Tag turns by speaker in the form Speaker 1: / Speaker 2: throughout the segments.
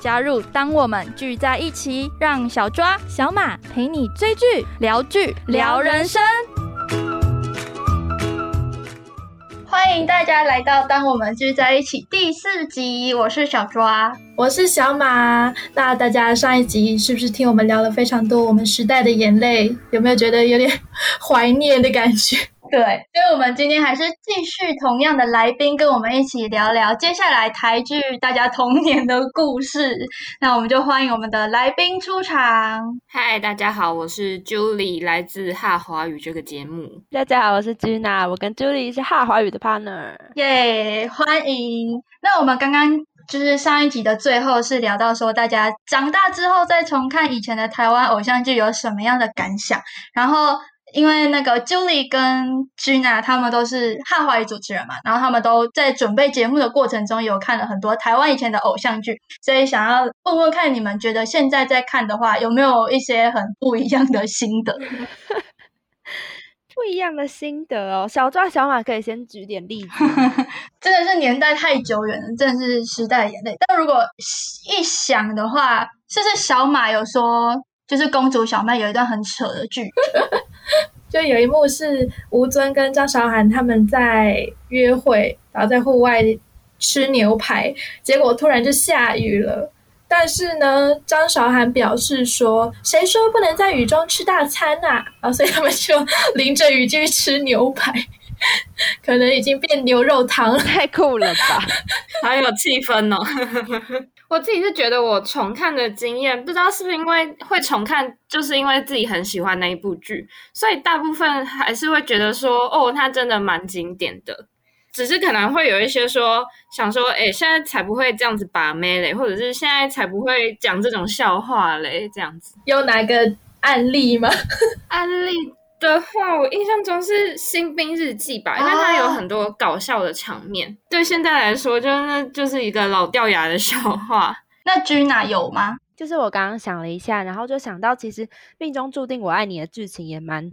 Speaker 1: 加入，当我们聚在一起，让小抓、小马陪你追剧、聊剧、聊人生。
Speaker 2: 欢迎大家来到《当我们聚在一起》第四集，我是小抓。
Speaker 3: 我是小马。那大家上一集是不是听我们聊了非常多我们时代的眼泪？有没有觉得有点怀念的感觉？
Speaker 2: 对，所以我们今天还是继续同样的来宾跟我们一起聊聊接下来台剧大家童年的故事。那我们就欢迎我们的来宾出场。
Speaker 4: 嗨，大家好，我是 Julie，来自《哈华语》这个节目。
Speaker 5: 大家好，我是 Gina，我跟 Julie 是哈华语的 partner。
Speaker 2: 耶欢迎！那我们刚刚就是上一集的最后是聊到说，大家长大之后再重看以前的台湾偶像剧有什么样的感想，然后。因为那个 Julie 跟 Gina 他们都是汉华语主持人嘛，然后他们都在准备节目的过程中有看了很多台湾以前的偶像剧，所以想要问问看你们觉得现在在看的话有没有一些很不一样的心得？
Speaker 5: 不一样的心得哦，小抓小马可以先举点 例子。
Speaker 2: 真的是年代太久远了，真的是时代的眼泪。但如果一想的话，甚至小马有说，就是公主小妹有一段很扯的剧，
Speaker 3: 就有一幕是吴尊跟张韶涵他们在约会，然后在户外吃牛排，结果突然就下雨了。但是呢，张韶涵表示说：“谁说不能在雨中吃大餐呐、啊？” 然后所以他们就淋着雨继续吃牛排，可能已经变牛肉汤了。
Speaker 5: 太酷了吧！
Speaker 4: 好有气氛哦！ 我自己是觉得我重看的经验，不知道是不是因为会重看，就是因为自己很喜欢那一部剧，所以大部分还是会觉得说，哦，它真的蛮经典的。只是可能会有一些说，想说，哎，现在才不会这样子把妹嘞，或者是现在才不会讲这种笑话嘞，这样子。
Speaker 3: 有哪个案例吗？
Speaker 4: 案例的话，我印象中是《新兵日记》吧，因为它有很多搞笑的场面。对现在来说，就是那就是一个老掉牙的笑话。
Speaker 2: 那 Gina 有吗？
Speaker 5: 就是我刚刚想了一下，然后就想到，其实《命中注定我爱你》的剧情也蛮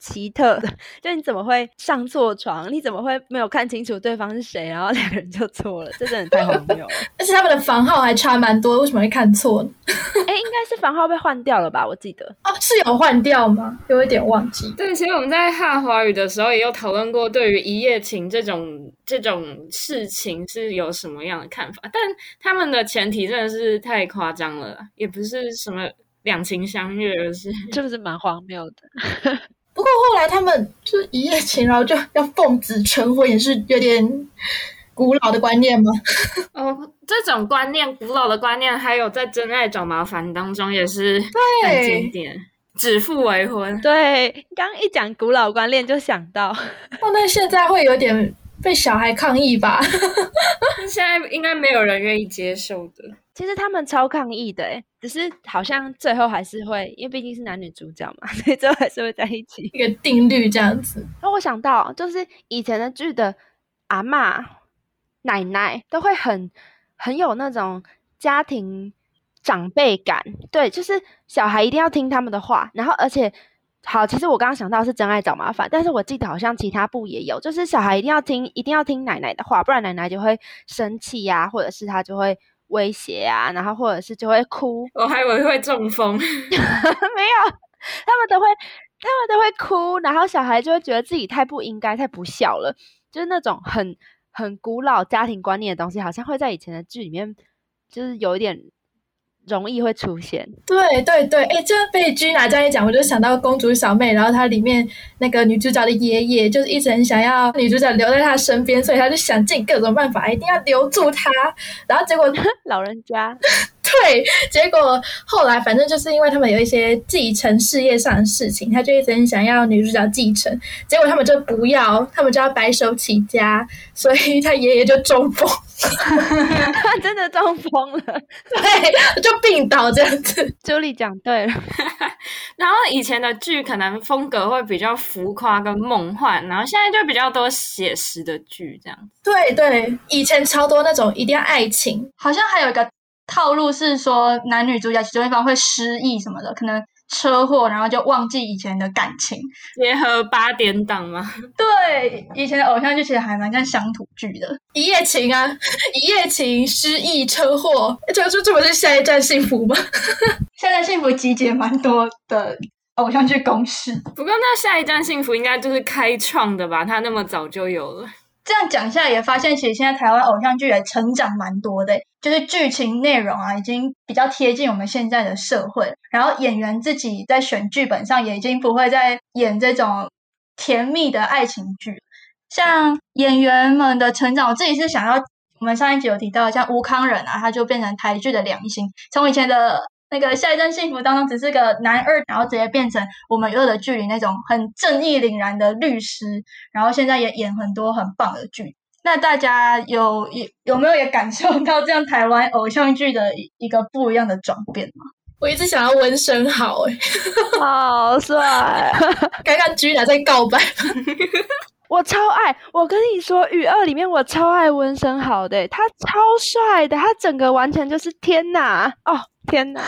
Speaker 5: 奇特的，就你怎么会上错床？你怎么会没有看清楚对方是谁，然后两个人就错了？这真的太荒谬 了。
Speaker 3: 而且他们的房号还差蛮多，为什么会看错呢？
Speaker 5: 哎，应该是房号被换掉了吧？我记 得。
Speaker 3: 哦，是有换掉吗？有一点忘记。
Speaker 4: 对，其实我们在汉华语的时候也有讨论过，对于一夜情这种这种事情是有什么样的看法，但他们的前提真的是太夸张了啦，也不是什么两情相悦，而是
Speaker 5: 是不是蛮荒谬的？
Speaker 3: 不过后来他们就是一夜情，然后就要奉子成婚，也是有点古老的观 念嘛。
Speaker 4: 哦，这种观念，古老的观念，还有在《真爱找麻烦》当中也是很经典，指腹为婚。
Speaker 5: 对，刚一讲古老观念就想到，
Speaker 3: 放在哦现在会有点被小孩抗议吧？
Speaker 4: 但现在应该没有人愿意接受的。
Speaker 5: 其实他们超抗议的诶，只是好像最后还是会，因为毕竟是男女主角嘛， 所以最后还是会在一起。
Speaker 3: 一个定律这样子。
Speaker 5: 然后我想到，就是以前的剧的阿嬷、奶奶都会很很有那种家庭长辈感，对，就是小孩一定要听他们的话。然后，而且，好，其实我刚刚想到是真爱找麻烦，但是我记得好像其他部也有，就是小孩一定要听，一定要听奶奶的话，不然奶奶就会生气呀、或者是她就会威胁啊，然后或者是就会哭。
Speaker 4: 我还以为会中风，
Speaker 5: 没有，他们都会，他们都会哭，然后小孩就会觉得自己太不应该、太不孝了，就是那种很很古老家庭观念的东西，好像会在以前的剧里面，就是有一点容易会出现。
Speaker 3: 对对对，哎，这被居拿这样一讲，我就想到《公主小妹》，然后它里面那个女主角的爷爷，就是一直很想要女主角留在他身边，所以他就想尽各种办法，一定要留住她。然后结果
Speaker 5: 老人家
Speaker 3: 对，结果后来反正就是因为他们有一些继承事业上的事情，他就一直很想要女主角继承，结果他们就不要，他们就要白手起家，所以他爷爷就中风，
Speaker 5: 真的中风了。
Speaker 3: 对，就病倒这样子。
Speaker 5: 朱莉讲对了，
Speaker 4: 然后以前的剧可能风格会比较浮夸跟梦幻，然后现在就比较多写实的剧这样。
Speaker 3: 对对，以前超多那种一定要爱情，
Speaker 2: 好像还有一个套路是说，男女主角其中一方会失忆什么的，可能车祸，然后就忘记以前的感情。
Speaker 4: 结合八点档嘛，
Speaker 2: 对，以前的偶像剧其实还蛮像乡土剧的。
Speaker 3: 一夜情啊，一夜情、失忆、车祸，哎这这这不是下一站幸福吗？
Speaker 2: 现在幸福集结蛮多的偶像剧公式，
Speaker 4: 不过那下一站幸福应该就是开创的吧？他那么早就有了，
Speaker 2: 这样讲下来也发现，其实现在台湾偶像剧也成长蛮多的，就是剧情内容啊，已经比较贴近我们现在的社会，然后演员自己在选剧本上也已经不会再演这种甜蜜的爱情剧。像演员们的成长，我自己是想要，我们上一集有提到，像吴康仁啊，他就变成台剧的良心，从以前的那个《下一站幸福》当中只是个男二，然后直接变成我们娱乐的剧里那种很正义凛然的律师，然后现在也演很多很棒的剧。那大家有有有没有也感受到这样台湾偶像剧的一一个不一样的转变吗？
Speaker 3: 我一直想要温升豪、欸，
Speaker 5: 好帅！
Speaker 3: 刚刚居然在告白，
Speaker 5: 我超爱，我跟你说，《雨二》里面我超爱温升豪的欸，他超帅的，他整个完全就是天哪！哦，天哪！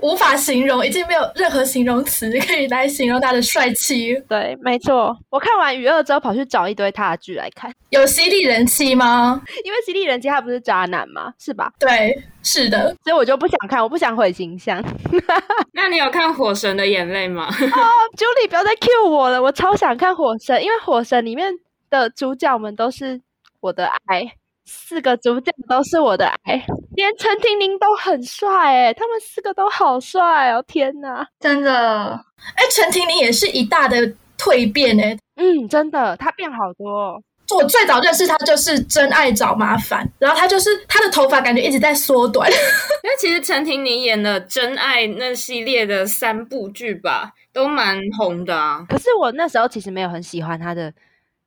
Speaker 3: 无法形容，已经没有任何形容词可以来形容他的帅气。
Speaker 5: 对，没错，我看完《雨二》之后跑去找一堆他的剧来看，
Speaker 3: 有犀利人妻吗？
Speaker 5: 因为《犀利人妻》他不是渣男吗？是吧？
Speaker 3: 对，是的，
Speaker 5: 所以我就不想看，我不想毁形象。
Speaker 4: 那你有看《火神的眼泪》吗？
Speaker 5: Julie，不要再 cue 我了，我超想看《火神》，因为《火神》里面的主角们都是我的爱，四个主角都是我的爱，连陈廷宁都很帅哎、他们四个都好帅哦，天哪！
Speaker 2: 真的，
Speaker 3: 哎，陈婷妮也是一大的蜕变哎、
Speaker 5: 嗯，真的，他变好多、哦，
Speaker 3: 我最早认识他就是真爱找麻烦，然后他就是他的头发感觉一直在缩短，
Speaker 4: 因为其实陈婷妮演的《真爱》那系列的三部剧吧，都蛮红的啊。
Speaker 5: 可是我那时候其实没有很喜欢他的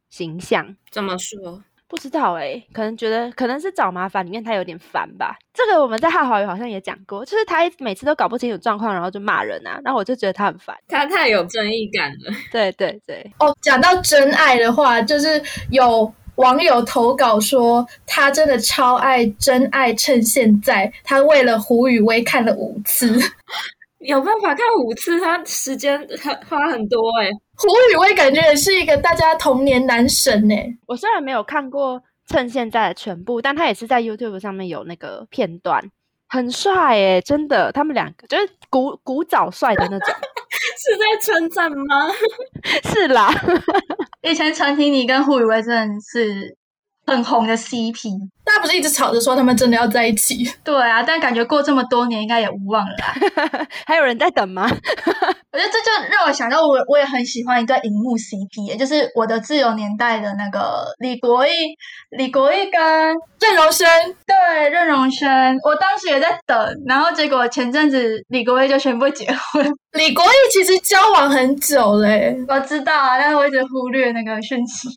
Speaker 5: 形象，
Speaker 4: 怎么说？
Speaker 5: 不知道哎、可能觉得可能是找麻烦里面他有点烦吧。这个我们在《汉好语》好像也讲过，就是他一每次都搞不清楚状况，然后就骂人啊，然后我就觉得他很烦。
Speaker 4: 她太有正义感了。
Speaker 5: 对对对，
Speaker 3: 哦，讲到真爱的话，就是有网友投稿说，他真的超爱《真爱趁现在》，他为了胡宇威看了五次。
Speaker 4: 有办法看五次，他时间他花很多哎、
Speaker 3: 胡宇威感觉也是一个大家童年男神呢、欸
Speaker 5: 我虽然没有看过《趁现在》的全部，但他也是在 YouTube 上面有那个片段，很帅诶、真的，他们两个就是古古早帅的那种，
Speaker 4: 是在称赞吗？
Speaker 5: 是啦，
Speaker 2: 以前陈婷妮跟胡宇威真的是很红的 CP。
Speaker 3: 大家不是一直吵着说他们真的要在一起？
Speaker 2: 对啊，但感觉过这么多年，应该也无望了啦。
Speaker 5: 还有人在等吗？
Speaker 2: 我觉得这就让我想到我，我也很喜欢一对荧幕 CP，也就是我的自由年代的那个李国毅、李国毅跟
Speaker 3: 郑容生
Speaker 2: 对任容萱。我当时也在等，然后结果前阵子李国毅就宣布结婚，
Speaker 3: 李国毅其实交往很久嘞、
Speaker 2: 我知道啊，但是我一直忽略那个讯息。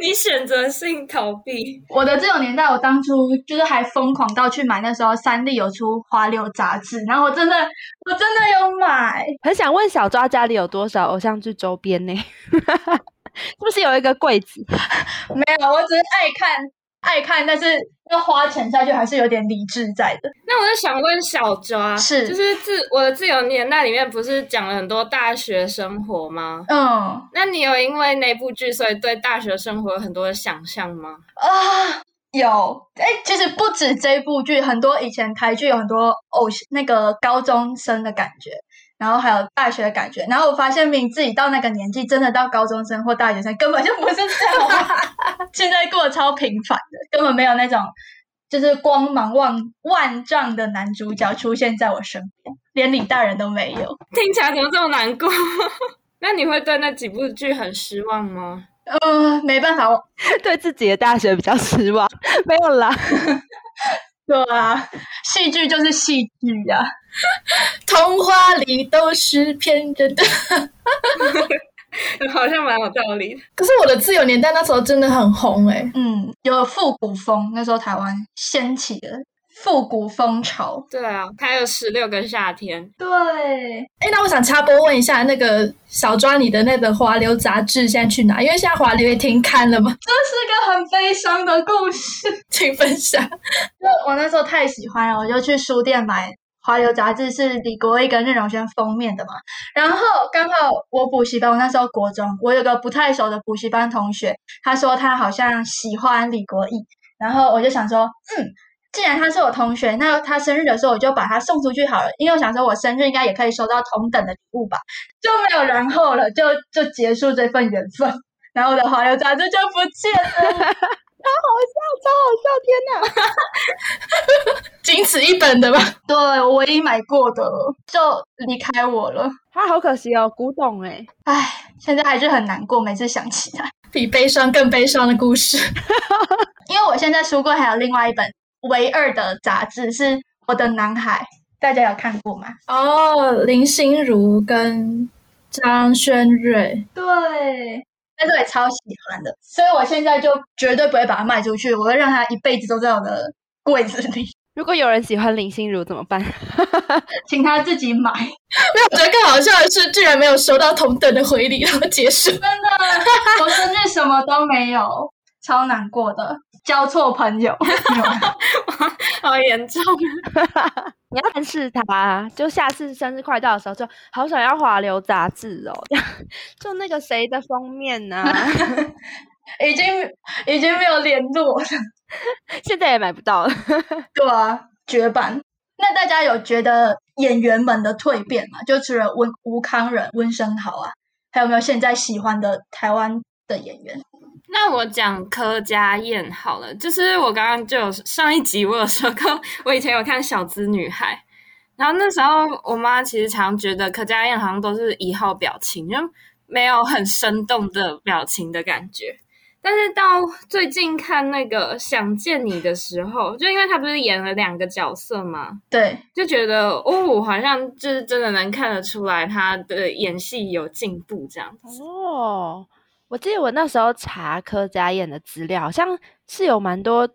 Speaker 4: 你选择性逃避，
Speaker 2: 我的这种年代，我当初就是还疯狂到去买那时候三立有出《花柳》杂志，然后我真的我真的有买，
Speaker 5: 很想问小抓家里有多少偶像剧周边呢？ 是不是有一个柜子？
Speaker 2: 没有，啊我只是爱看爱看，但是要花钱下去还是有点理智在的。
Speaker 4: 那我就想问小抓，
Speaker 2: 是
Speaker 4: 就是自我的自由年代里面不是讲了很多大学生活吗？
Speaker 2: 嗯啊、
Speaker 4: 那你有因为那部剧，所以对大学生活有很多的想象吗？
Speaker 2: 有哎，其实不止这部剧，很多以前台剧有很多偶像那个高中生的感觉。然后还有大学的感觉，然后我发现明明自己到那个年纪，真的到高中生或大学生，根本就不是这样。 现在过得超平凡的，根本没有那种就是光芒万万丈的男主角出现在我身边，连李大人都没有。
Speaker 4: 听起来怎么这么难过？ 那你会对那几部剧很失望吗？
Speaker 2: 呃，没办法，我
Speaker 5: 对自己的大学比较失望，没有啦。
Speaker 2: 对啊，戏剧就是戏剧呀、啊。
Speaker 3: 童话里都是骗人的。
Speaker 4: 好像蛮有道理的。
Speaker 3: 可是我的自由年代那时候真的很红哎、
Speaker 2: 嗯，有复古风，那时候台湾掀起了复古风潮。
Speaker 4: 对啊，还有十六个夏天，
Speaker 2: 对，
Speaker 3: 哎，那我想插播问一下，那个小抓你的那个华流杂志现在去哪？因为现在华流也停刊了嘛，
Speaker 2: 这是个很悲伤的故事。
Speaker 3: 请分享。
Speaker 2: 就我那时候太喜欢了，我就去书店买《华流杂志》，是李国毅跟任荣轩封面的嘛。然后刚好我补习班，我那时候国中，我有个不太熟的补习班同学，他说他 好像喜欢李国毅，然后我就想说，嗯，既然他是我同学，那他生日的时候我就把他送出去好了，因为我想说我生日应该也可以收到同等的礼物吧，就没有然后了，就就结束这份缘分，然后我的华流杂志就不见了。
Speaker 5: 好笑，超好笑！天哪，
Speaker 3: 仅此一本的吧？
Speaker 2: 对，我唯一买过的就离开我了，
Speaker 5: 他好可惜哦，古董哎、
Speaker 2: 唉，现在还是很难过，每次想起来。
Speaker 3: 比悲伤更悲伤的故事。
Speaker 2: 因为我现在书柜还有另外一本唯二的杂志是《我的男孩》，大家有看过吗？
Speaker 3: 哦，林心如跟张轩瑞，
Speaker 2: 对，但是我也超喜欢的，所以我现在就绝对不会把它卖出去，我会让它一辈子都在我的柜子里，
Speaker 5: 如果有人喜欢林心如怎么办？
Speaker 2: 请他自己买。
Speaker 3: 没有，我觉得更好笑的是，居然没有收到同等的回礼，然后结束。
Speaker 2: 真的， 我生日什么都没有，超难过的，交错朋友。
Speaker 4: 好严重。
Speaker 5: 你要暗示他，啊就下次生日快到的时候，就好想要华流杂志哦， 就那个谁的封面呢、啊
Speaker 2: 已经已经没有联络了，
Speaker 5: 现在也买不到了。
Speaker 2: 对啊，绝版。那大家有觉得呃演员们的蜕变吗？就除了温吴康仁、温升豪啊，还有没有现在喜欢的台湾的演员？
Speaker 4: 那我讲柯佳燕好了，就是我刚刚就有上一集我有说过， 我以前有看《小资女孩》，然后那时候我妈其实常觉得柯佳燕好像都是一号表情，就没有很生动的表情的感觉。但是到最近看那个《想见你》的时候，就因为她不是演了两个角色嘛，
Speaker 2: 对，
Speaker 4: 就觉得哦，好像就是真的能看得出来她的演戏有进步这样子。
Speaker 5: 哦，我记得我那时候查柯佳燕的资料，好像是有蛮多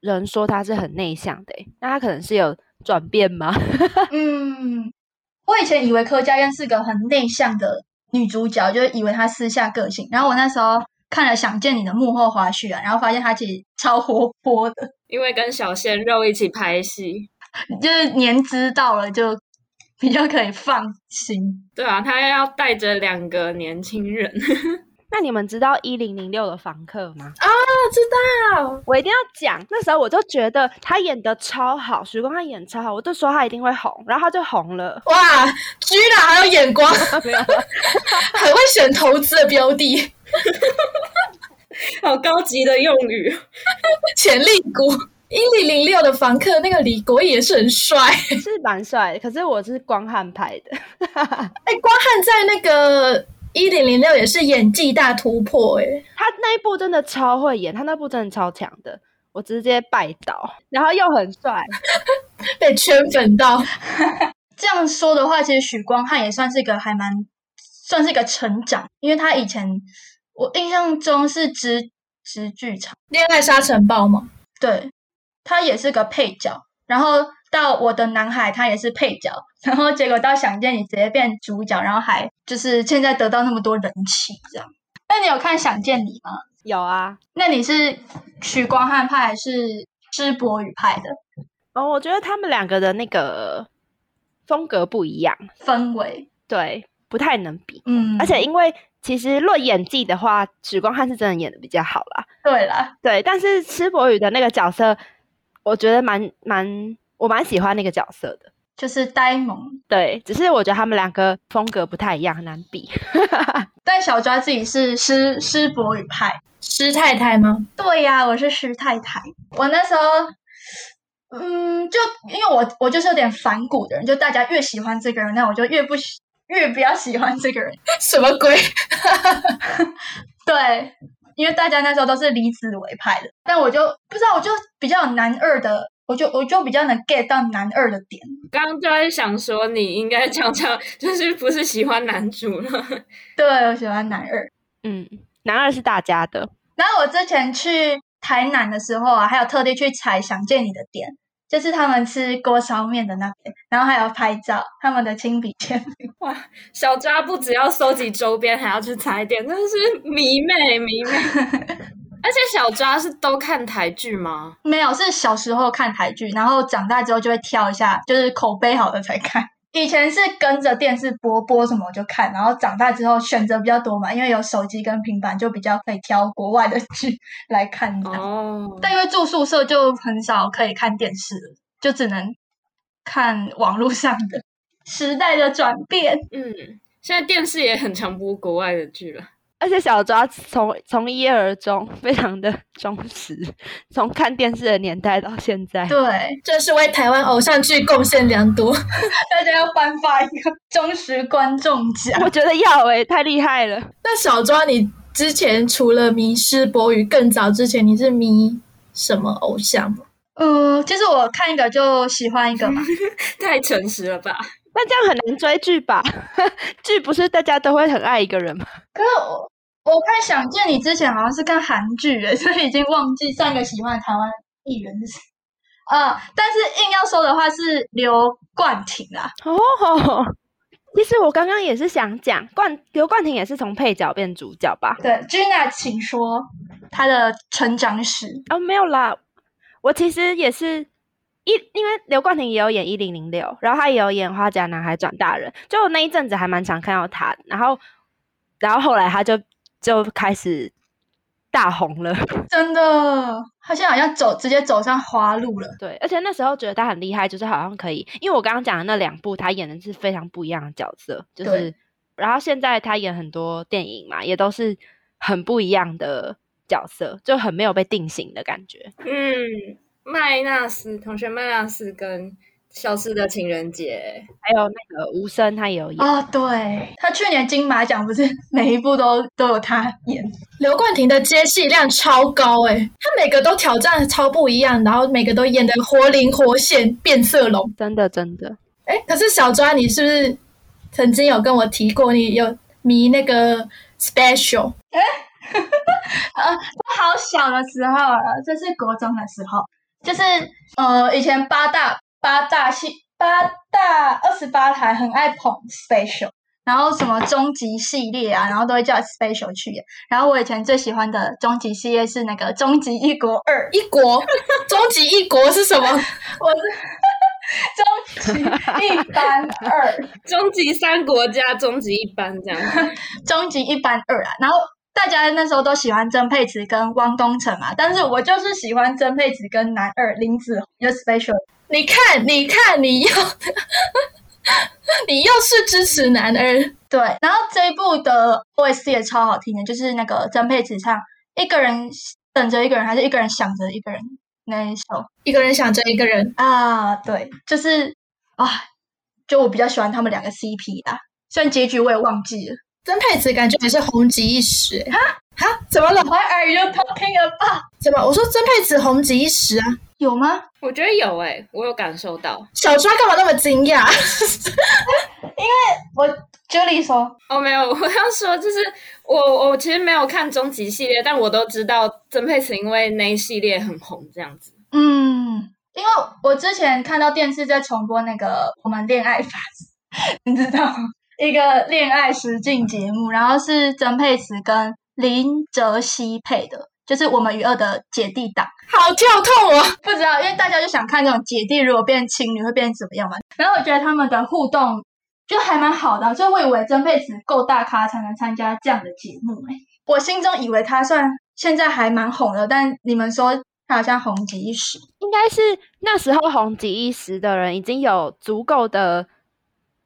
Speaker 5: 人说她是很内向的欸，那她可能是有转变吗？
Speaker 2: 嗯，我以前以为柯佳嬿是个很内向的女主角，就是以为她私下个性。然后我那时候看了《想见你》的幕后花絮啊，然后发现她其实超活泼的，
Speaker 4: 因为跟小鲜肉一起拍戏，
Speaker 2: 就是年资到了就比较可以放心。
Speaker 4: 对啊，他要带着两个年轻人，
Speaker 5: 那你们知道一零零六的房客吗？
Speaker 3: 我知道，
Speaker 5: 我一定要讲，那时候我就觉得他演的超好，许光汉演超好，我就说他一定会红，然后他就红了。
Speaker 3: 哇，居然还有 眼光， 很会选投资的标的，
Speaker 4: 好高级的用语。
Speaker 3: 潜力股。一零零六的房客那个李国毅也是很帅，哎、
Speaker 5: 是蛮帅的，可是我是光汉派的，
Speaker 3: 光汉在那个一零零六也是演技大突破、哎，
Speaker 5: 他那一部真的超会演，他那部真的超强的，我直接拜倒，然后又很帅，
Speaker 3: 被圈粉到，
Speaker 2: 这样说的话，其实许光汉也算是一个还蛮算是一个成长，因为他以前我印象中是直直剧场。
Speaker 3: 恋爱沙尘暴嘛，
Speaker 2: 对，他也是个配角。然后到我的男孩，他也是配角。然后结果到想见你直接变主角，然后还就是现在得到那么多人气这样。那你有看想见你吗？
Speaker 5: 有啊。
Speaker 2: 那你是许光汉派还是施柏宇派的
Speaker 5: 哦，我觉得他们两个的那个风格不一样，
Speaker 2: 氛围？
Speaker 5: 对，不太能比。
Speaker 2: 嗯，
Speaker 5: 而且因为其实论演技的话，许光汉是真的演的比较好啦。
Speaker 2: 对啦，
Speaker 5: 对，但是施柏宇的那个角色，我觉得蛮蛮，我蛮喜欢那个角色的。
Speaker 2: 就是呆萌。
Speaker 5: 对，只是我觉得他们两个风格不太一样，很难比。
Speaker 2: 但小抓自己是施施柏宇派。
Speaker 3: 施太 太吗？
Speaker 2: 对呀、我是石太太。我那时候，嗯，就因为我我就是有点反骨的人，就大家越喜欢这个人，那我就越不喜，越不要喜欢这个人。
Speaker 3: 什么鬼？
Speaker 2: 对，因为大家那时候都是李子维派的，但我就不知道，我就比较有男二的我就我就比较能 get 到男二的点。
Speaker 4: 刚刚就在想说，你应该常常就是不是喜欢男主了，
Speaker 2: 对，我喜欢男二。
Speaker 5: 嗯，男二是大家的，
Speaker 2: 然后我之前去台南的时候啊，还有特地去踩《想见你》的店，就是他们吃锅烧面的那边，然后还有拍照他们的亲笔签。
Speaker 4: 小抓不只要收集周边，还要去踩点，真的是迷妹迷妹。 而且小抓是都看台剧吗？
Speaker 2: 没有，是小时候看台剧，然后长大之后就会挑一下，就是口碑好的才看。以前是跟着电视播播什么我就看，然后长大之后选择比较多嘛，因为有手机跟平板，就比较可以挑国外的剧来看这样。
Speaker 4: 哦，
Speaker 2: 但因为住宿舍就很少可以看电视了，就只能看网络上的。时代的转变，
Speaker 4: 嗯，现在电视也很常播国外的剧了。
Speaker 5: 而且小抓从从一而终，非常的忠实，从看电视的年代到现在。
Speaker 2: 对，
Speaker 3: 真是为台湾偶像剧贡献良 多。
Speaker 2: 大家要颁发一个忠实观众奖。
Speaker 5: 我觉得要诶、太厉害了。
Speaker 3: 那小庄，你之前除了迷失博宇，更早之前你是迷什么偶像吗？
Speaker 2: 嗯，就是我看一个就喜欢一个嘛，
Speaker 4: 太诚实了吧？
Speaker 5: 那这样很难追剧吧？ 剧不是大家都会很爱一个人吗？
Speaker 2: 可是我我看《想见你》之前好像是看韩剧诶， 所以已经忘记上一个喜欢的台湾艺人是谁。呃，但是硬要说的话是刘冠廷啦，
Speaker 5: 哦，其实我刚刚也是想讲，冠刘冠廷也是从配角变主角吧？
Speaker 2: 对，Gina，请说他的成长史。
Speaker 5: 哦，没有啦，我其实也是一，因为刘冠廷也有演《一零零六》，然后他也有演《花甲男孩转大人》，就我那一阵子还蛮常看到他，然后，然后后来他就就开始大红了，
Speaker 2: 真的，他现在好像走直接走上花路了。
Speaker 5: 对，而且那时候觉得他很厉害，就是好像可以，因为我刚刚讲的那两部，他演的是非常不一样的角色，就
Speaker 2: 对
Speaker 5: 是，然后现在他演很多电影嘛，也都是很不一样的角色，就很没有被定型的感觉。
Speaker 4: 嗯，麦纳斯同学麦纳斯跟《消失的情人节
Speaker 5: 还有那个无声，他也有演，
Speaker 2: 哦，对，他去年金马奖不是每一部都都有他演，
Speaker 3: 刘冠廷的接戏量超高诶、他每个都挑战得超不一样，然后每个都演得活灵活现，变色龙。
Speaker 5: 真的真的，
Speaker 3: 哎，可是小抓，你是不是曾经有跟我提过，你有迷那个 special？
Speaker 2: 我好小的时候啊，这是国中的时候，就是呃，以前八大八大系八大二十八台很爱捧 special，然后什么终极系列啊，然后都会叫 special 去演。然后我以前最喜欢的终极系列是那个《终极一国二》，
Speaker 3: 一国终极一国是什么？
Speaker 2: 我是终极一班二。》
Speaker 4: 终极三国加终极一班这样。
Speaker 2: 终极一班二啊，然后大家那时候都喜欢曾沛慈跟汪东城嘛，但是我就是喜欢曾沛慈跟男二林子闳，就是 special。
Speaker 3: 你看，你看，你又 你又是支持男二，
Speaker 2: 对，然后这一部的 OST 也超好听的，就是那个曾沛慈唱“一个人等着一个人，还是一个人想着一个人”那一首
Speaker 3: 一个人想着一个人。
Speaker 2: 啊，对，就是啊，就我比较喜欢他们两个 CP 啦，虽然结局我也忘记了。
Speaker 3: 曾沛慈感觉也是红极一时、欸。哈哈，怎么了？
Speaker 2: Why are you talking about？
Speaker 3: 怎么？我说曾沛慈红极一时啊！
Speaker 2: 有吗？
Speaker 4: 我觉得有诶、我有感受到。
Speaker 3: 小抓干嘛那么 惊讶？
Speaker 2: 我 Julie 说，
Speaker 4: 哦，没有，我要说就是我我其实没有看终极系列，但我都知道曾沛慈因为那一系列很红这样子。
Speaker 2: 嗯，因为我之前看到电视在重播那个《我们恋爱法》， 你知道吗？一个恋爱实境节目，然后是曾沛慈跟林哲熹配的，就是我们与恶的姐弟档。
Speaker 3: 好跳痛哦！
Speaker 2: 不知道，因为大家就想看这种姐弟如果变情侣会变怎么样嘛。然后我觉得他们的互动就还蛮好的啊，所以我以为曾沛慈够大咖才能参加这样的节目、欸，我心中以为他算现在还蛮红的，但你们说他好像红极一时。
Speaker 5: 应该是那时候红极一时的人已经有足够的，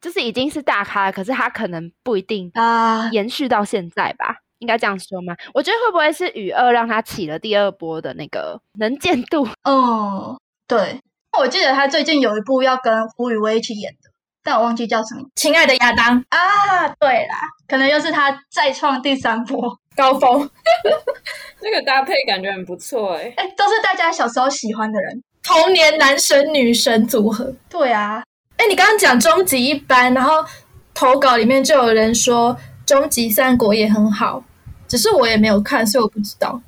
Speaker 5: 就是已经是大咖了，可是他可能不一定
Speaker 2: 啊
Speaker 5: 延续到现在吧。应该这样说吗？我觉得会不会是雨二让他起了第二波的那个能见度？
Speaker 2: 哦，对，我记得他最近有一部要跟胡宇威一起演的，但我忘记叫什么
Speaker 3: 亲爱的亚当，
Speaker 2: 啊。对啦，可能又是他再创第三波，
Speaker 3: 高峰
Speaker 4: 这个搭配感觉很不错诶、欸
Speaker 2: 哎，都是大家小时候喜欢的人。
Speaker 3: 童年男神女神组合。
Speaker 2: 对啊，
Speaker 3: 哎，你刚刚讲终极一班，然后投稿里面就有人说终极三国也很好，只是我也没有看，所以我不知道。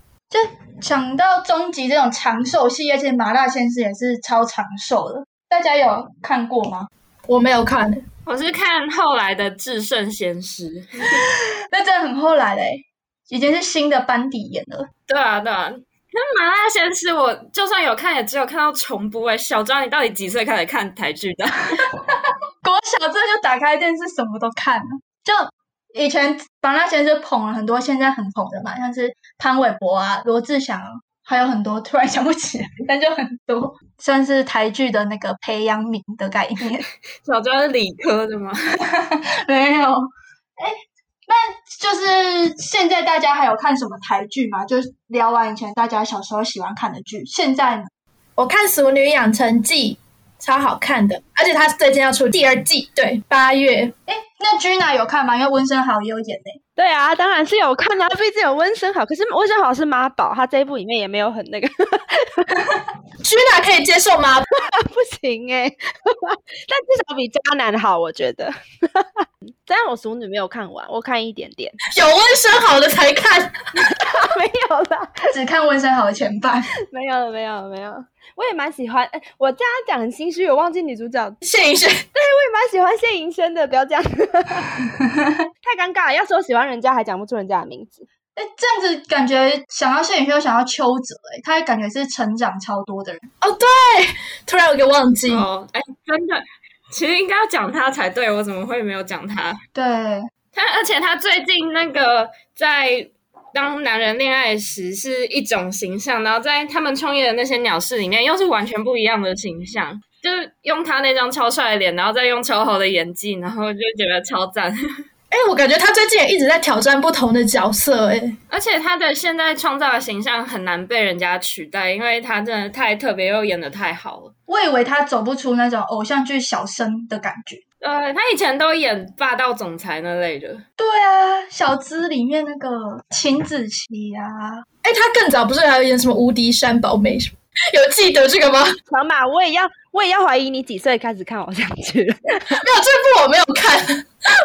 Speaker 2: 讲到终极这种长寿系列，其实麻辣鲜师也是超长寿的。大家有看过吗？
Speaker 3: 我没有看，
Speaker 4: 我是看后来的《至圣先师》。
Speaker 2: 那真的很后来嘞、已经是新的班底演了。
Speaker 4: 对啊，对啊。那麻辣鲜师，我就算有看，也只有看到重播、欸。哎，小张，你到底几岁开始看台剧的？
Speaker 2: 国小这就打开电视，什么都看了。就以前麻辣鲜师捧了很多现在很红的嘛，像是潘玮柏啊、罗志祥，还有很多突然想不起来，但就很 多，算是台剧的那个培养皿的概念。
Speaker 4: 小张是理科的吗？
Speaker 2: 没有，哎，那就是现在大家还有看什么台剧吗？就是聊完以前大家小时候喜欢看的剧，现在呢？
Speaker 3: 我看《俗女养成记》超好看的，而且它最近要出第二季，对，八月。
Speaker 2: 哎，那 Gina 有看吗？因为温升豪也有演呢、
Speaker 5: 对啊，当然是有看啊，毕竟有温升好。可是温升好是妈宝，他这一部里面也没有很那个，
Speaker 3: Gina 可以接受吗？
Speaker 5: 不行哎、 但至少比渣男好，我觉得。 但我熟女没有看完，我看一点点，
Speaker 3: 有温升好的才看。
Speaker 5: 没有啦。
Speaker 2: 只看温升豪的前半。
Speaker 5: 没有了，没有了，没有了。我也蛮喜欢，哎、我这样讲很心虚，我忘记女主角，我
Speaker 3: 谢颖轩，
Speaker 5: 也蛮喜欢谢盈萱的，不要这 样，太尴尬了。要说喜欢人家，还讲不出人家的名字。
Speaker 2: 哎，这样子感觉想到谢宇轩，又想到邱泽、哎，他感觉是成长超多的人。
Speaker 3: 哦对，突然我给忘记。
Speaker 4: 哦，哎，真的，其实应该要讲他才对，我怎么会没有讲他？
Speaker 2: 对，
Speaker 3: 哎
Speaker 4: 他而且他最近那个在当男人恋爱时是一种形象，然后在他们创业的那些鸟事里面又是完全不一样的形象，就是用他那张超帅的脸，然后再用超好的演技，然后就觉得超赞。
Speaker 3: 哎，我感觉他最近也一直在挑战不同的角色，哎，
Speaker 4: 而且他的现在创造的形象很难被人家取代，因为他真的太特别又演的太好了。
Speaker 2: 我以为他走不出那种偶像剧小生的感觉。
Speaker 4: 呃，他以前都演霸道总裁那类的，
Speaker 2: 对啊，小资里面那个秦子琪啊，
Speaker 3: 哎，他更早不是还有演什么无敌山宝妹什么？有记得这个吗？
Speaker 5: 小马，我也要，我也要怀疑你几岁开始看偶像剧了？
Speaker 3: 没有，这部我没有看，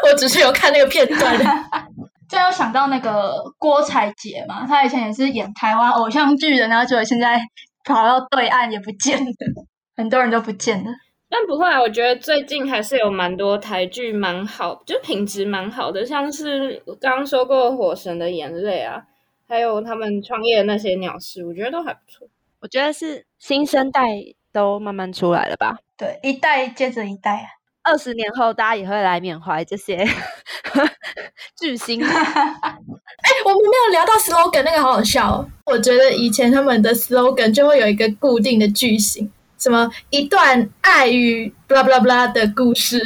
Speaker 3: 我只是有看那个片段。哎
Speaker 2: 这要想到那个郭采洁嘛，她以前也是演台湾偶像剧的，然后结果现在跑到对岸也不见了， 很多人都不见了。
Speaker 4: 但不会啊，我觉得最近还是有蛮多台剧蛮好，就品质蛮好的，像是刚刚说过《火神的眼泪》啊，还有他们创业的那些鸟事，我觉得都还不错。
Speaker 5: 我觉得是新生代都慢慢出来了吧。
Speaker 2: 对，一代接着一代啊。
Speaker 5: 二十年后，大家也会来缅怀这些 巨星。
Speaker 3: 我们没有聊到 slogan，那个好好笑、哦。我觉得以前他们的 slogan 就会有一个固定的句型，什么一段爱与 blah blah blah 的故事，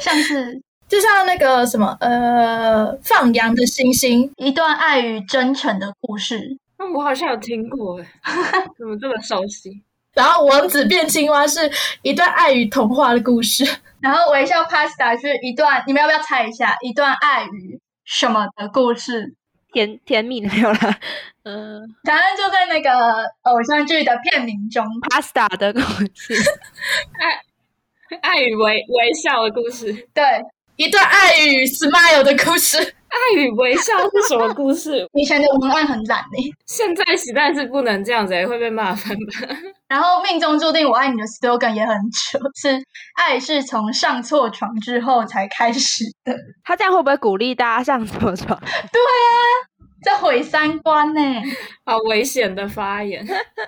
Speaker 2: 像是
Speaker 3: 就像那个什么呃放羊的星星，
Speaker 2: 一段爱与真诚的故事，
Speaker 4: 那我好像有听过哎， 怎么这么熟悉？
Speaker 3: 然后王子变青蛙是一段爱与童话的故事，
Speaker 2: 然后微笑 Pasta 是一段，你们要不要猜一下？一段爱与什么的故事？
Speaker 5: 甜甜蜜的没有啦，嗯、
Speaker 2: 答案就在那个偶像剧的片名中。
Speaker 5: p a s t a 的故事，
Speaker 4: 爱与微微笑的故事，
Speaker 2: 对，？
Speaker 3: 一段爱与 smile 的故事。
Speaker 4: 爱与微笑是什么故事
Speaker 2: 以前的文案很懒呢、
Speaker 4: 现在实在是不能这样子、欸，会被骂翻吧？
Speaker 2: 然后命中注定我爱你的 slogan 也很久，是爱是从上错床之后才开始的。
Speaker 5: 他这样会不会鼓励大家上什么床？
Speaker 2: 对啊，这毁三观呢、
Speaker 4: 好危险的发言。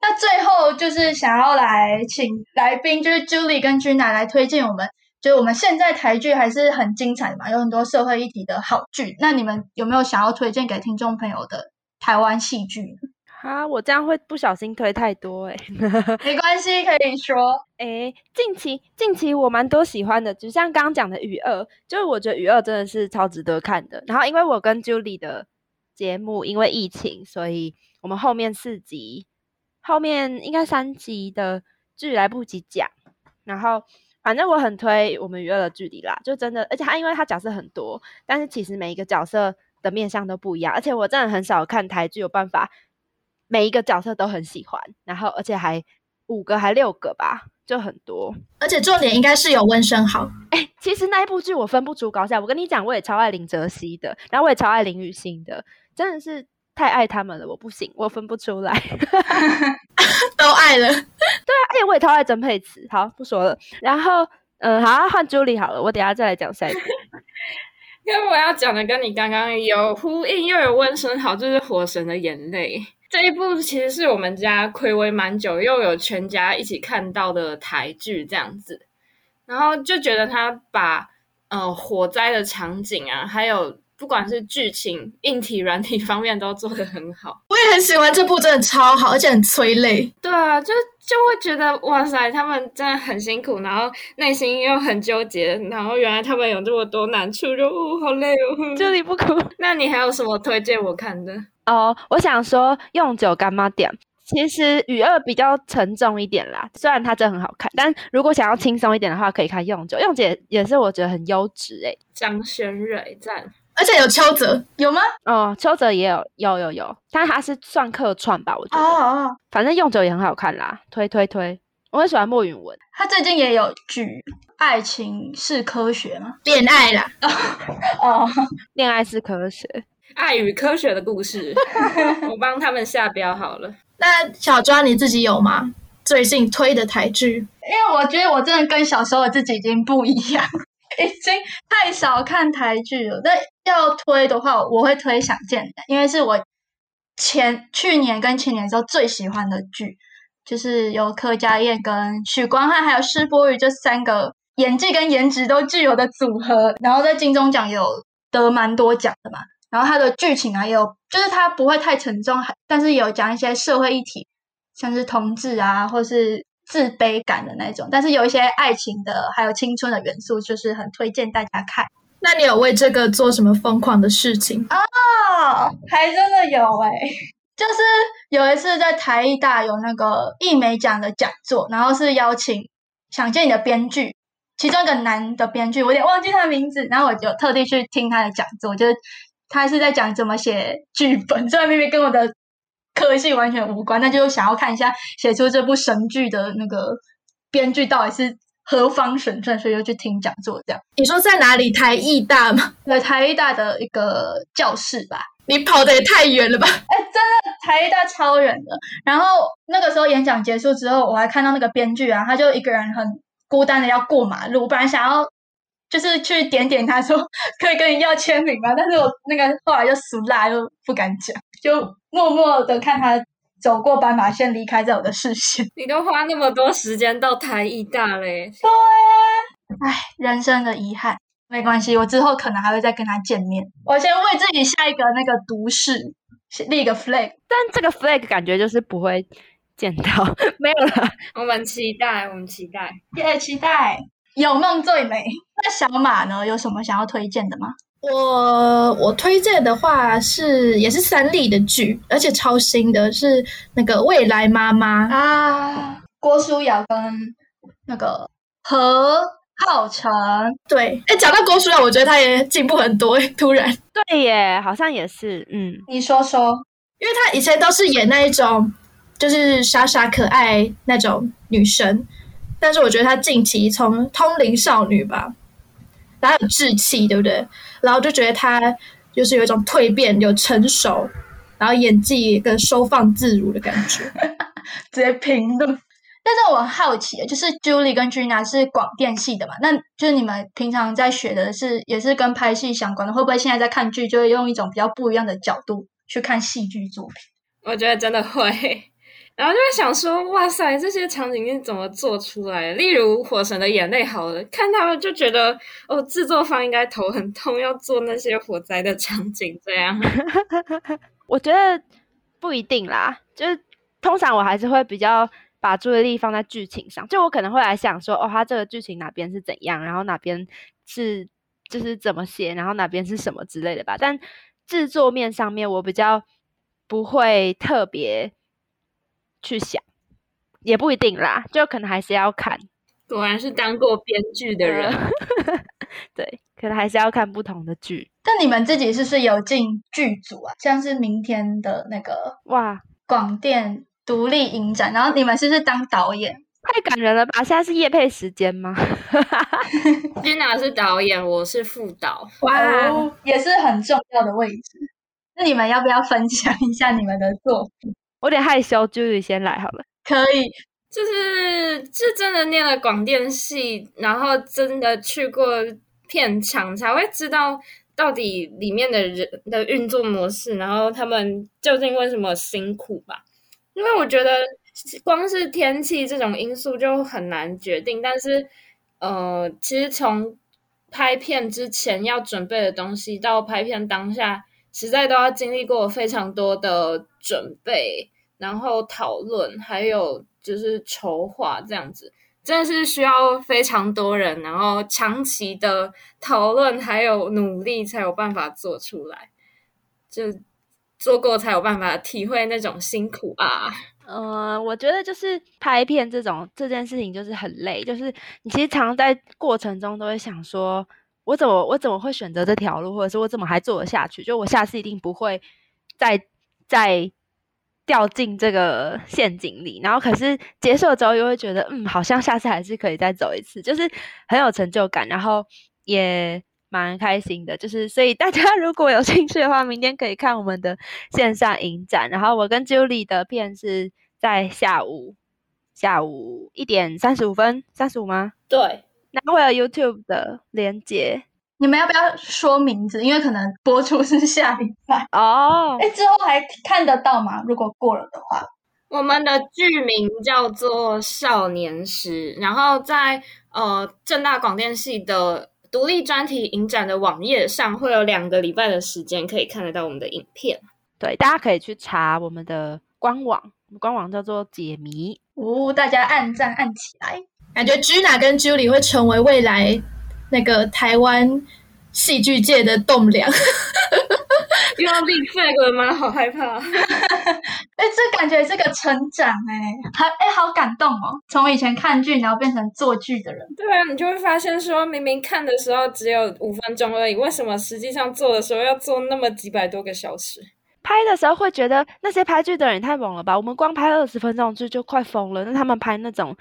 Speaker 2: 那最后就是想要来请来宾，就是 Julie 跟 Gina 来推荐我们，就是我们现在台剧还是很精彩的嘛，有很多社会议题的好剧。那你们有没有想要推荐给听众朋友的台湾戏剧呢？
Speaker 5: 啊，我这样会不小心推太多哎、
Speaker 2: 没关系，可以说。
Speaker 5: 诶，近期近期我蛮多喜欢的，就像刚刚讲的《雨二》，就是我觉得《雨二》真的是超值得看的。然后因为我跟 Julie 的节目因为疫情，所以我们后面四集，后面应该三集的剧来不及讲。然后反正我很推我们《雨二》的距离啦，就真的，而且他因为他角色很多，但是其实每一个角色的面相都不一样，而且我真的很少看台剧有办法每一个角色都很喜欢，然后而且还五个还六个吧，就很多。
Speaker 3: 而且重点应该是有温升豪，
Speaker 5: 哎，其实那一部剧我分不出高下。我跟你讲，我也超爱林哲熙的，然后我也超爱林雨欣的，真的是太爱他们了，我不行，我分不出来。
Speaker 3: 都爱了。
Speaker 5: 哎、我也超爱曾沛慈。好，不说了。然后，嗯，好，换朱莉好了，我等一下再来讲下一部。
Speaker 4: 因为我要讲的跟你刚刚有呼应，又有温升好，就是《火神的眼泪》这一部，其实是我们家暌违蛮久，又有全家一起看到的台剧这样子，然后就觉得他把呃火灾的场景啊，还有不管是剧情、硬体、软体方面都做得很好。
Speaker 3: 我也很喜欢这部，真的超好，而且很催泪。
Speaker 4: 对啊，就就会觉得哇塞，他们真的很辛苦，然后内心又很纠结，然后原来他们有这么多难处，就哦好累 哦。
Speaker 5: 朱莉不哭。
Speaker 4: 那你还有什么推荐我看的？
Speaker 5: 哦，我想说用酒干妈点。其实雨二比较沉重一点啦，虽然它真的很好看，但如果想要轻松一点的话，可以看用酒。用姐也是我觉得很优质欸诶、
Speaker 4: 张轩蕊赞，
Speaker 3: 而且有邱泽，
Speaker 2: 有吗？
Speaker 5: 哦，邱泽也有，有有有，但他是算客串吧，我觉
Speaker 2: 哦
Speaker 5: 得。
Speaker 2: 哦，
Speaker 5: 反正用酒也很好看啦，推推推。我很喜欢莫允文，
Speaker 2: 他最近也有剧《爱情是科学》吗？
Speaker 3: 恋爱啦，
Speaker 2: 哦，
Speaker 5: 恋爱是科学。
Speaker 4: 爱与科学的故事，我帮他们下标好了。
Speaker 3: 那小抓你自己有吗？最近推的台剧，
Speaker 2: 因为我觉得我真的跟小时候的自己已经不一样， 已经太少看台剧了。但要推的话，我会推《想见你》，因为是我前去年跟前年的时候最喜欢的剧，就是由柯佳燕跟许光汉还有施柏宇这三个演技跟颜值都具有的组合，然后在金钟奖也有得蛮多奖的嘛。然后它的剧情啊，也有就是它不会太沉重，还但是有讲一些社会议题像是同志啊，或是自卑感的那种，但是有一些爱情的，还有青春的元素，就是很推荐大家看
Speaker 3: 那你有为这个做什么疯狂的事情？
Speaker 2: 哦，还真的有欸诶、 就是有一次在台艺大有那个艺美奖的讲座，然后是邀请《想见你的》编剧，其中一个男的编剧，我有点忘记他的名字，然后我就特地去听他的讲座，就是他是在讲怎么写剧本，虽然明明跟我的科系完全无关，但就想要看一下写出这部神剧的那个编剧到底是何方神圣，所以就去听讲座这样。
Speaker 3: 你说在哪里？台艺大吗？
Speaker 2: 对，呃台艺大的一个教室吧，
Speaker 3: 你跑的也太远了吧！
Speaker 2: 台艺大超远的。然后那个时候演讲结束之后，我还看到那个编剧啊，他就一个人很孤单的要过马路，本来想要就是去点点他说可以跟你要签名吗？但是我那个后来就俗辣，又不敢讲，就默默的看他走过斑马线离开在我的视线。
Speaker 4: 你都花那么多时间到台艺大嘞，
Speaker 2: 人生的遗憾。没关系，我之后可能还会再跟他见面。我先为自己下一个那个毒誓，先立一个 flag。
Speaker 5: 但这个 flag 感觉就是不会见到， 没有啦。
Speaker 4: 我们期待，我们期待。
Speaker 2: 耶、期待有梦最美。那小马呢？有什么想要推荐的吗？
Speaker 3: 我我推荐的话是也是三立的剧，而且超新的，是那个《未来妈妈》
Speaker 2: 啊，郭书瑶跟那个何浩晨，
Speaker 3: 对，哎，讲到郭书瑶，我觉得她也进步很多。诶突然，
Speaker 5: 对耶，好像也是，嗯，
Speaker 2: 你说说。
Speaker 3: 因为她以前都是演那一种就是傻傻可爱那种女生，但是我觉得她近期从通灵少女吧，然后有志气，对不对？然后就觉得她就是有一种蜕变，有成熟，然后演技跟收放自如的感觉。
Speaker 2: 直接评论。但是我很好奇，就是 Julie 跟 Gina 是广电系的嘛？那就是你们平常在学的是也是跟拍戏相关的，会不会现在在看剧就会用一种比较不一样的角度去看戏剧作品？
Speaker 4: 我觉得真的会。然后就会想说，哇塞，这些场景是怎么做出来的？例如《火神的眼泪》好了，看他们就觉得，哦，制作方应该头很痛，要做那些火灾的场景这样。
Speaker 5: 我觉得不一定啦，就是通常我还是会比较把注意力放在剧情上，就我可能会来想说，哦，它这个剧情哪边是怎样，然后哪边是就是怎么写，然后哪边是什么之类的吧。但制作面上面，我比较不会特别去想，也不一定啦，就可能还是要看
Speaker 4: 果然是当过编剧的人，，
Speaker 5: 呃 对，可能还是要看不同的剧。
Speaker 2: 但你们自己是不是有进剧组啊？像是明天的那个
Speaker 5: 哇，
Speaker 2: 广电独立影展，然后你们是不是当导演？
Speaker 5: 太感人了吧！现在是夜配时间吗？
Speaker 4: Gina 是导演，我是副导。
Speaker 3: 哇，
Speaker 2: 哦，也是很重要的位置。那你们要不要分享一下你们的作品？
Speaker 5: 我有点害羞，Judy 先来好了。
Speaker 2: 可以，
Speaker 4: 就是是真的念了广电系，然后真的去过片场，才会知道到底里面的人的运作模式，然后他们究竟为什么辛苦吧。因为我觉得光是天气这种因素就很难决定，但是呃，其实从拍片之前要准备的东西到拍片当下，实在都要经历过非常多的准备，然后讨论，还有就是筹划这样子，真的是需要非常多人，然后长期的讨论还有努力才有办法做出来，就做过才有办法体会那种辛苦啊。
Speaker 5: 呃，我觉得就是拍片这种这件事情就是很累，就是你其实常在过程中都会想说，我怎么我怎么会选择这条路，或者是我怎么还做得下去？就我下次一定不会再再掉进这个陷阱里。然后可是结束了之后又会觉得，嗯，好像下次还是可以再走一次，就是很有成就感，然后也蛮开心的。就是所以大家 如果有兴趣的话，明天可以看我们的线上影展。然后我跟 Julie 的片是在下午下午一点三十五分，三十五吗？
Speaker 4: 对，
Speaker 5: 然后会有 YouTube 的连接
Speaker 2: 你们要不要说名字？因为可能播出是下礼拜。
Speaker 5: 哦。
Speaker 2: 哎，之后还看得到吗？如果过了的话，
Speaker 4: 我们的剧名叫做《少年时》，然后在呃正大广电系的独立专题影展的网页上，会有两个礼拜的时间可以看得到我们的影片。
Speaker 5: 对，大家可以去查我们的官网，我们官网叫做解谜。
Speaker 2: 呜、哦大家按赞按起来。
Speaker 3: 感觉 Gina 跟 Julie 会成为未来那个台湾戏剧界的栋梁。
Speaker 4: 又要立 flag 了吗？好害 怕。
Speaker 2: 哎，这感觉是个成长哎、好哎，好感动哦！从以前看剧，然后变成做剧的人，
Speaker 4: 对啊，你就会发现说，明明看的时候只有五分钟而已，为什么实际上做的时候要做那么几百多个小时？
Speaker 5: 拍的时候会觉得那些拍剧的人也太猛了吧？我们光拍二十分钟的剧就快疯了，那他们拍那种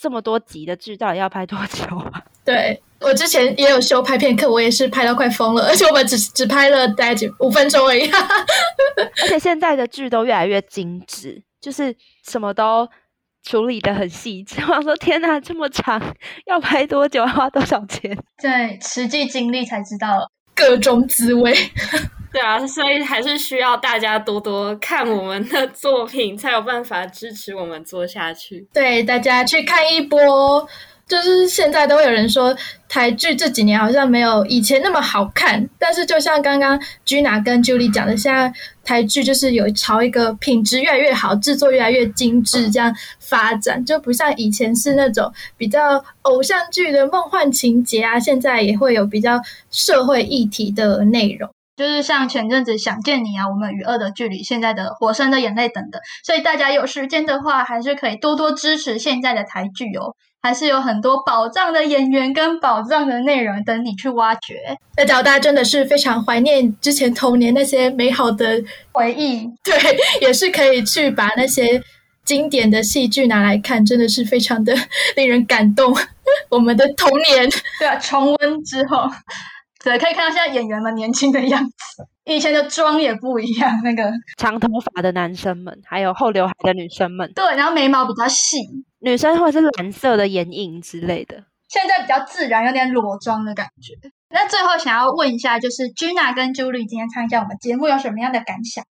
Speaker 5: 这么多集的剧，到底要拍多久啊？
Speaker 3: 对我之前也有修拍片课，我也是拍到快疯了，而且我们只只拍了大概几五分钟而已。
Speaker 5: 而且现在的剧都越来越精致，就是什么都处理的很细致。 我想说，天哪，这么长要拍多久？要花多少钱？
Speaker 2: 对，实际经历才知道
Speaker 3: 各种滋味，
Speaker 4: 对啊，所以还是需要大家多多看我们的作品，才有办法支持我们做下去。
Speaker 3: 对大家去看一波。就是现在都会有人说台剧这几年好像没有以前那么好看，但是就像刚刚 Gina 跟 Julie 讲的，现在台剧就是有朝一个品质越来越好、制作越来越精致这样发展，就不像以前是那种比较偶像剧的梦幻情节啊，现在也会有比较社会议题的内容。
Speaker 2: 就是像前阵子《想见你》啊，《我们与恶的距离》，现在的《火山的眼泪》等等，所以大家有时间的话，还是可以多多支持现在的台剧哦，还是有很多宝藏的演员跟宝藏的内容等你去挖掘
Speaker 3: 那假如大家真的是非常怀念之前童年那些美好的
Speaker 2: 回忆。
Speaker 3: 对，也是可以去把那些经典的戏剧拿来看，真的是非常的 令人感动。我们的童年，
Speaker 2: 对啊，重温之后，对，可以看到现在演员们年轻的样子，以前的妆也不一样，那个
Speaker 5: 长头发的男生们，还有后刘海的女生们，
Speaker 2: 对，然后眉毛比较细，
Speaker 5: 女生或者是蓝色的眼影之类的。
Speaker 2: 现在比较自然，有点裸妆的感觉。那最后想要问一下，就是 Gina 跟 Julie 今天参加我们节目有什么样的感想？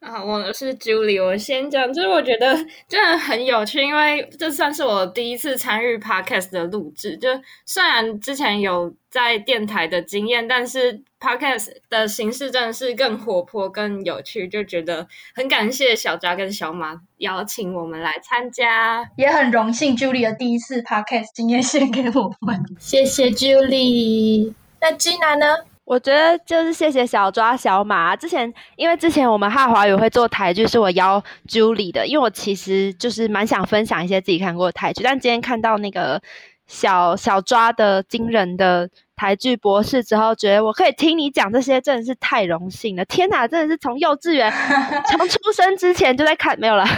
Speaker 4: 啊，我是 Julie，我先讲，就是我觉得真的很有趣，因为这算是我第一次参与 podcast 的录制。就虽然之前有在电台的经验，但是 podcast 的形式真的是更活泼、更有趣，就觉得很感谢小扎跟小马邀请我们来参加。
Speaker 2: 也很荣幸 Julie 的第一次 podcast 经验献给我们。
Speaker 3: 谢谢 Julie。那 Gina 呢？
Speaker 5: 我觉得就是谢谢小抓小马。之前因为之前我们汉华语会做台剧，是我邀 Julie 的，因为我其实就是蛮想分享一些自己看过的台剧，但今天看到那个小小抓的惊人的台剧博士之后，觉得我可以听你讲这些，真的是太荣幸了。天哪，真的是从幼稚园从出生之前就在看，没有 啦，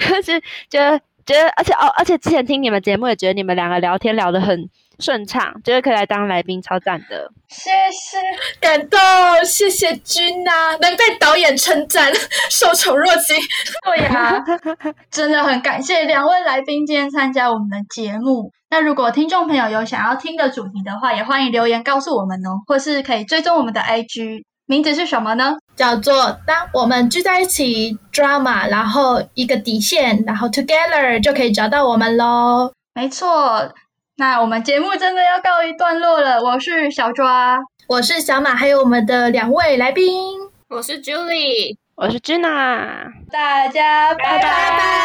Speaker 5: 就是觉得觉得，而且哦，而且之前听你们节目也觉得你们两个聊天聊得很顺畅，觉得可以来当来宾，超赞的。
Speaker 2: 谢谢。
Speaker 3: 感动，谢谢君呐、能被导演称赞， 受宠若惊。
Speaker 2: 对 呀、真的很感谢两位来宾今天参加我们的节目。那如果听众朋友有想要听的主题的话，也欢迎留言告诉我们哦，或是可以追踪我们的 IG，名字是什么呢？
Speaker 3: 叫做当我们聚在一起，drama，然后一个底线，然后 together 就可以找到我们喽。
Speaker 2: 没错，那我们节目真的要告一段落了。我是小抓，
Speaker 3: 我是小马，还有我们的两位来宾，
Speaker 4: 我是 Julie，
Speaker 5: 我是 Gina。
Speaker 2: 大家拜拜。
Speaker 4: 拜拜